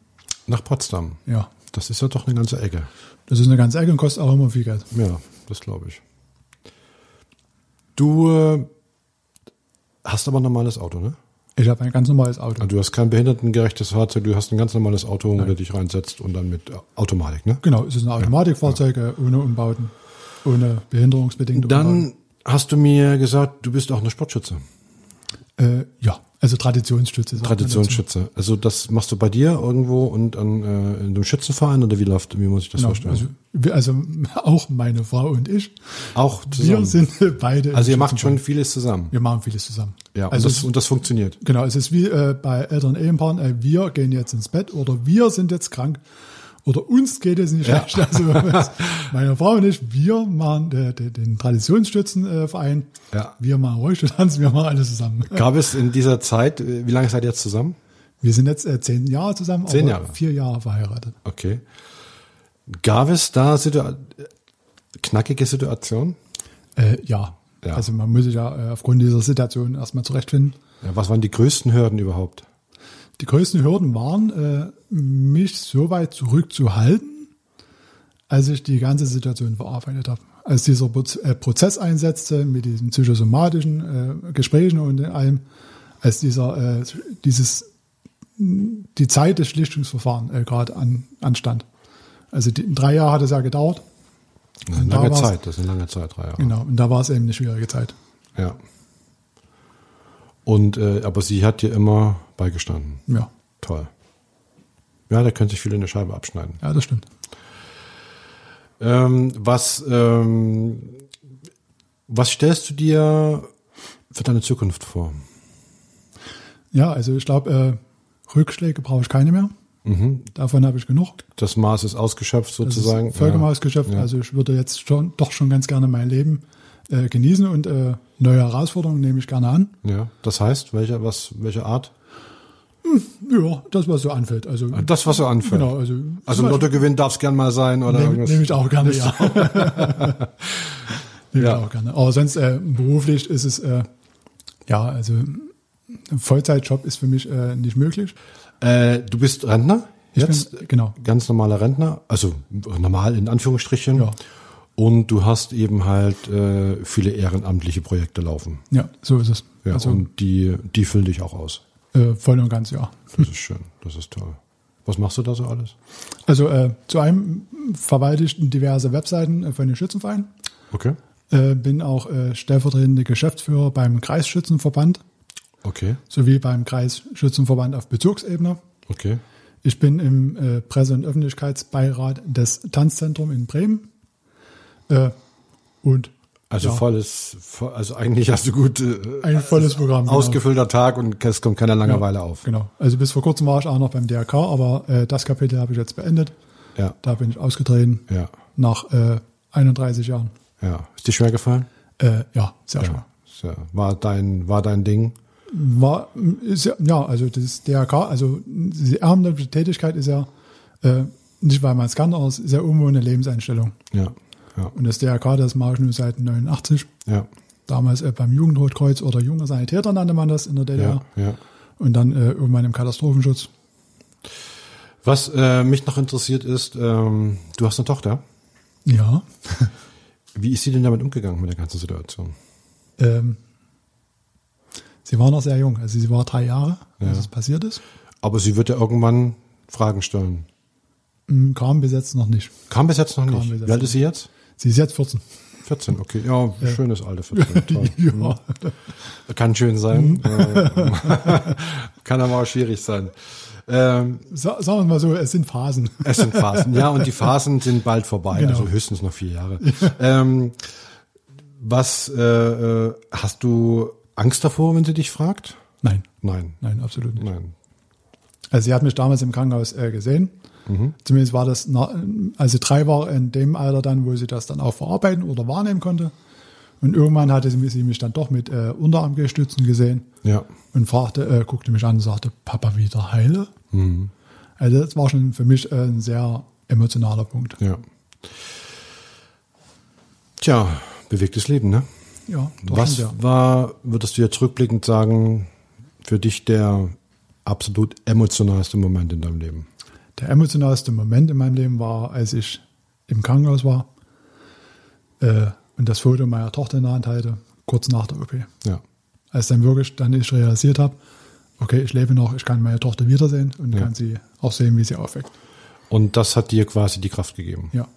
Nach Potsdam. Ja, Das ist ja doch eine ganze Ecke. das ist eine ganze Ecke und kostet auch immer viel Geld. Ja, das glaube ich. Du äh, hast aber ein normales Auto, ne? Ich habe ein ganz normales Auto. Also du hast kein behindertengerechtes Fahrzeug, du hast ein ganz normales Auto, wo du dich reinsetzt und dann mit äh, Automatik, ne? Genau, es ist ein Automatikfahrzeug äh, ohne Umbauten, ohne behinderungsbedingte Dann hast du mir gesagt, du bist auch eine Sportschütze, Umbauten. Äh, ja, also Traditionsstütze. sagt man dazu. Traditionsschütze. Also das machst du bei dir irgendwo und an, äh, in einem Schützenverein oder wie läuft, wie muss ich das Genau, vorstellen? also, wir, also auch meine Frau und ich, auch wir zusammen. sind beide. also ihr im macht Schützenverein. schon vieles zusammen. Wir machen vieles zusammen. Ja, also und, es- das, und das funktioniert. Genau, es ist wie äh, bei älteren Ehepaaren, äh, wir gehen jetzt ins Bett oder wir sind jetzt krank oder uns geht es nicht schlecht. Also es- meine Frau und ich, wir machen äh, den, den Traditionsstützenverein, Ja. wir machen Rollstuhltanz, wir machen alles zusammen. Gab es in dieser Zeit, äh, wie lange seid ihr jetzt zusammen? Wir sind jetzt äh, zehn Jahre zusammen, Zehn Jahre. vier Jahre verheiratet. Okay. Gab es da Situa äh, knackige Situationen? Äh, ja. Ja. also man muss sich ja äh, aufgrund dieser Situation erstmal zurechtfinden. Ja, was waren die größten Hürden überhaupt? Die größten Hürden waren, äh, mich so weit zurückzuhalten, als ich die ganze Situation verarbeitet habe. Als dieser Proz äh, Prozess einsetzte mit diesen psychosomatischen äh, Gesprächen und allem, als dieser, äh, dieses, die Zeit des Schlichtungsverfahrens äh, gerade an, anstand. Also die, drei Jahre hat es ja gedauert. Eine da lange war's- Zeit, das ist eine lange Zeit, drei Jahre. Genau, und da war es eben eine schwierige Zeit. Ja. Und äh, aber sie hat dir immer beigestanden. Ja, Toll. Ja, da können sich viele eine Scheibe abschneiden. ja das stimmt. Ähm, was, ähm, was stellst du dir für deine Zukunft vor? Ja, also ich glaube, äh, Rückschläge brauche ich keine mehr. Davon habe ich genug. Mhm. Das Maß ist ausgeschöpft Das sozusagen. ist Völkermausgeschäft. Ja. Also ich würde jetzt schon, doch schon ganz gerne mein Leben äh, genießen und äh, neue Herausforderungen nehme ich gerne an. ja. ja. Das heißt, welche, was, welche Art? Ja, das, was so anfällt. Also Das, was so anfällt. genau, also, Also zum ein Lottogewinn darf es gern mal sein oder Beispiel irgendwas. nehme, nehme ich auch gerne, ja. nehme Ja. ich auch gerne. Aber sonst äh, beruflich ist es äh, ja, also ein Vollzeitjob ist für mich äh, nicht möglich. Äh, du bist Rentner Ich jetzt? bin, genau. Ganz normaler Rentner, also normal in Anführungsstrichen. Ja. Und du hast eben halt äh, viele ehrenamtliche Projekte laufen. Ja, so ist es. Ja, also und die, die füllen dich auch aus. äh, voll und ganz, ja. Das ist schön, das ist toll. Was machst du da so alles? Also äh, zu einem verwalte ich diverse Webseiten äh, von den Schützenvereinen. Okay. Äh, bin auch äh, stellvertretende Geschäftsführer beim Kreisschützenverband Okay, sowie beim Kreisschützenverband auf Bezirksebene. okay. Ich bin im äh, Presse- und Öffentlichkeitsbeirat des Tanzzentrums in Bremen. Äh, und Also Ja. volles, vo- also eigentlich hast du gut äh, ein volles Programm. genau. ausgefüllter Tag und es kommt keiner Langeweile auf. Genau. Also bis vor kurzem war ich auch noch beim DRK, aber äh, das Kapitel habe ich jetzt beendet. Ja, Da bin ich ausgetreten ja, nach äh, 31 Jahren. ja. Ist dir schwer gefallen? Äh, ja, sehr schwer. So, War dein, war dein Ding? War, ist ja, ja, also das DRK, also die ehrenamtliche Tätigkeit ist ja äh, nicht, weil man es kann, aber es ist ja irgendwo eine Lebenseinstellung. Ja, ja, Und das DRK, das mache ich nur seit 89. ja, Damals äh, beim Jugendrotkreuz oder Junge Sanitäter nannte man das in der DDR. ja. ja. Und dann äh, irgendwann im Katastrophenschutz. Was äh, mich noch interessiert ist, ähm, du hast eine Tochter. Ja. Wie ist sie denn damit umgegangen mit der ganzen Situation? Ähm, sie war noch sehr jung, also sie war drei Jahre, Ja. als es passiert ist. Aber sie wird ja irgendwann Fragen stellen. Mm, Kam bis jetzt noch nicht. Kam bis jetzt noch nicht. bis jetzt Wie alt ist sie jetzt? Sie ist jetzt 14. 14, okay. Ja, schönes Alter, 14. Toll. Ja. Kann schön sein. Ähm, Kann aber auch schwierig sein. Ähm, Sa sagen wir mal so, es sind Phasen. es sind Phasen. Ja, und die Phasen sind bald vorbei, Genau. also höchstens noch vier Jahre. Ähm, was äh, äh, hast du Angst davor, wenn sie dich fragt? Nein, Nein, nein, absolut nicht. nein. Also sie hat mich damals im Krankenhaus äh, gesehen. Mhm. Zumindest war das, na, also drei war in dem Alter dann, wo sie das dann auch verarbeiten oder wahrnehmen konnte. Und irgendwann hatte sie mich, sie mich dann doch mit äh, Unterarmgestützen gesehen Ja. und fragte, äh, guckte mich an und sagte, Papa wieder heile? Mhm. Also das war schon für mich äh, ein sehr emotionaler Punkt. Ja. Tja, bewegtes Leben, ne? Ja, doch Was schon sehr. war, würdest du jetzt rückblickend sagen, für dich der absolut emotionalste Moment in deinem Leben? Der emotionalste Moment in meinem Leben war, als ich im Krankenhaus war äh, und das Foto meiner Tochter in der Hand halte, kurz nach der OP. Ja. Als dann wirklich dann ich realisiert habe, okay, ich lebe noch, ich kann meine Tochter wiedersehen und Ja. kann sie auch sehen, wie sie aufweckt. Und das hat dir quasi die Kraft gegeben. Ja,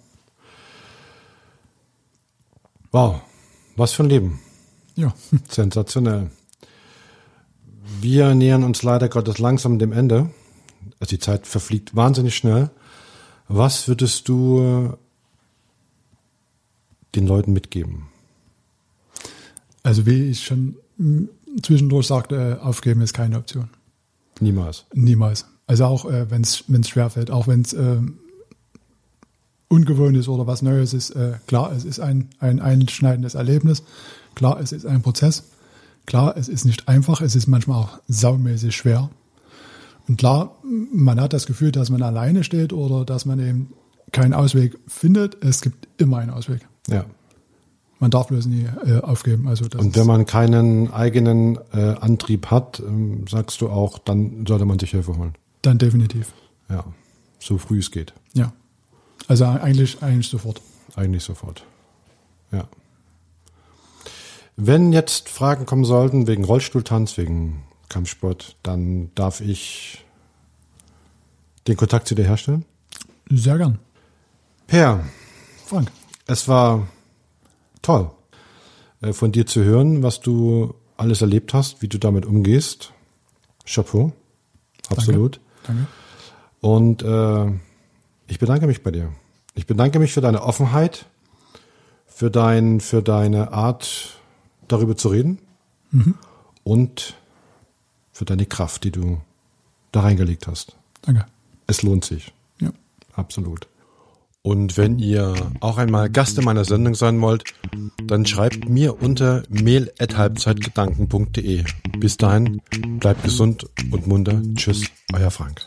Wow, was für ein Leben. ja, Sensationell. Wir nähern uns leider Gottes langsam dem Ende. Also die Zeit verfliegt wahnsinnig schnell. Was würdest du äh, den Leuten mitgeben? Also wie ich schon mh, zwischendurch sagte, äh, aufgeben ist keine Option. Niemals. Niemals. Also auch äh, wenn es schwerfällt, auch wenn es ähm, ungewohnt ist oder was Neues ist, äh, klar, es ist ein, ein einschneidendes Erlebnis, klar, es ist ein Prozess, klar, es ist nicht einfach, es ist manchmal auch saumäßig schwer. Und klar, man hat das Gefühl, dass man alleine steht oder dass man eben keinen Ausweg findet. Es gibt immer einen Ausweg. Ja. Man darf bloß nie äh, aufgeben. Also das Und wenn man keinen eigenen äh, Antrieb hat, ähm, sagst du auch, dann sollte man sich Hilfe holen. ist dann definitiv. Ja. So früh es geht. Ja. Also eigentlich, eigentlich sofort. Eigentlich sofort. Ja. Wenn jetzt Fragen kommen sollten wegen Rollstuhltanz, wegen Kampfsport, dann darf ich den Kontakt zu dir herstellen. Sehr gern. Per, Frank. es war toll, äh, von dir zu hören, was du alles erlebt hast, wie du damit umgehst. Chapeau. Absolut. Danke. Und äh, ich bedanke mich bei dir. Ich bedanke mich für deine Offenheit, für, dein, für deine Art, darüber zu reden und für deine Kraft, die du da reingelegt hast. Danke. Es lohnt sich. Ja. Absolut. Und wenn ihr auch einmal Gast in meiner Sendung sein wollt, dann schreibt mir unter mail.halbzeitgedanken.de. Bis dahin, bleibt gesund und munter. Tschüss, euer Frank.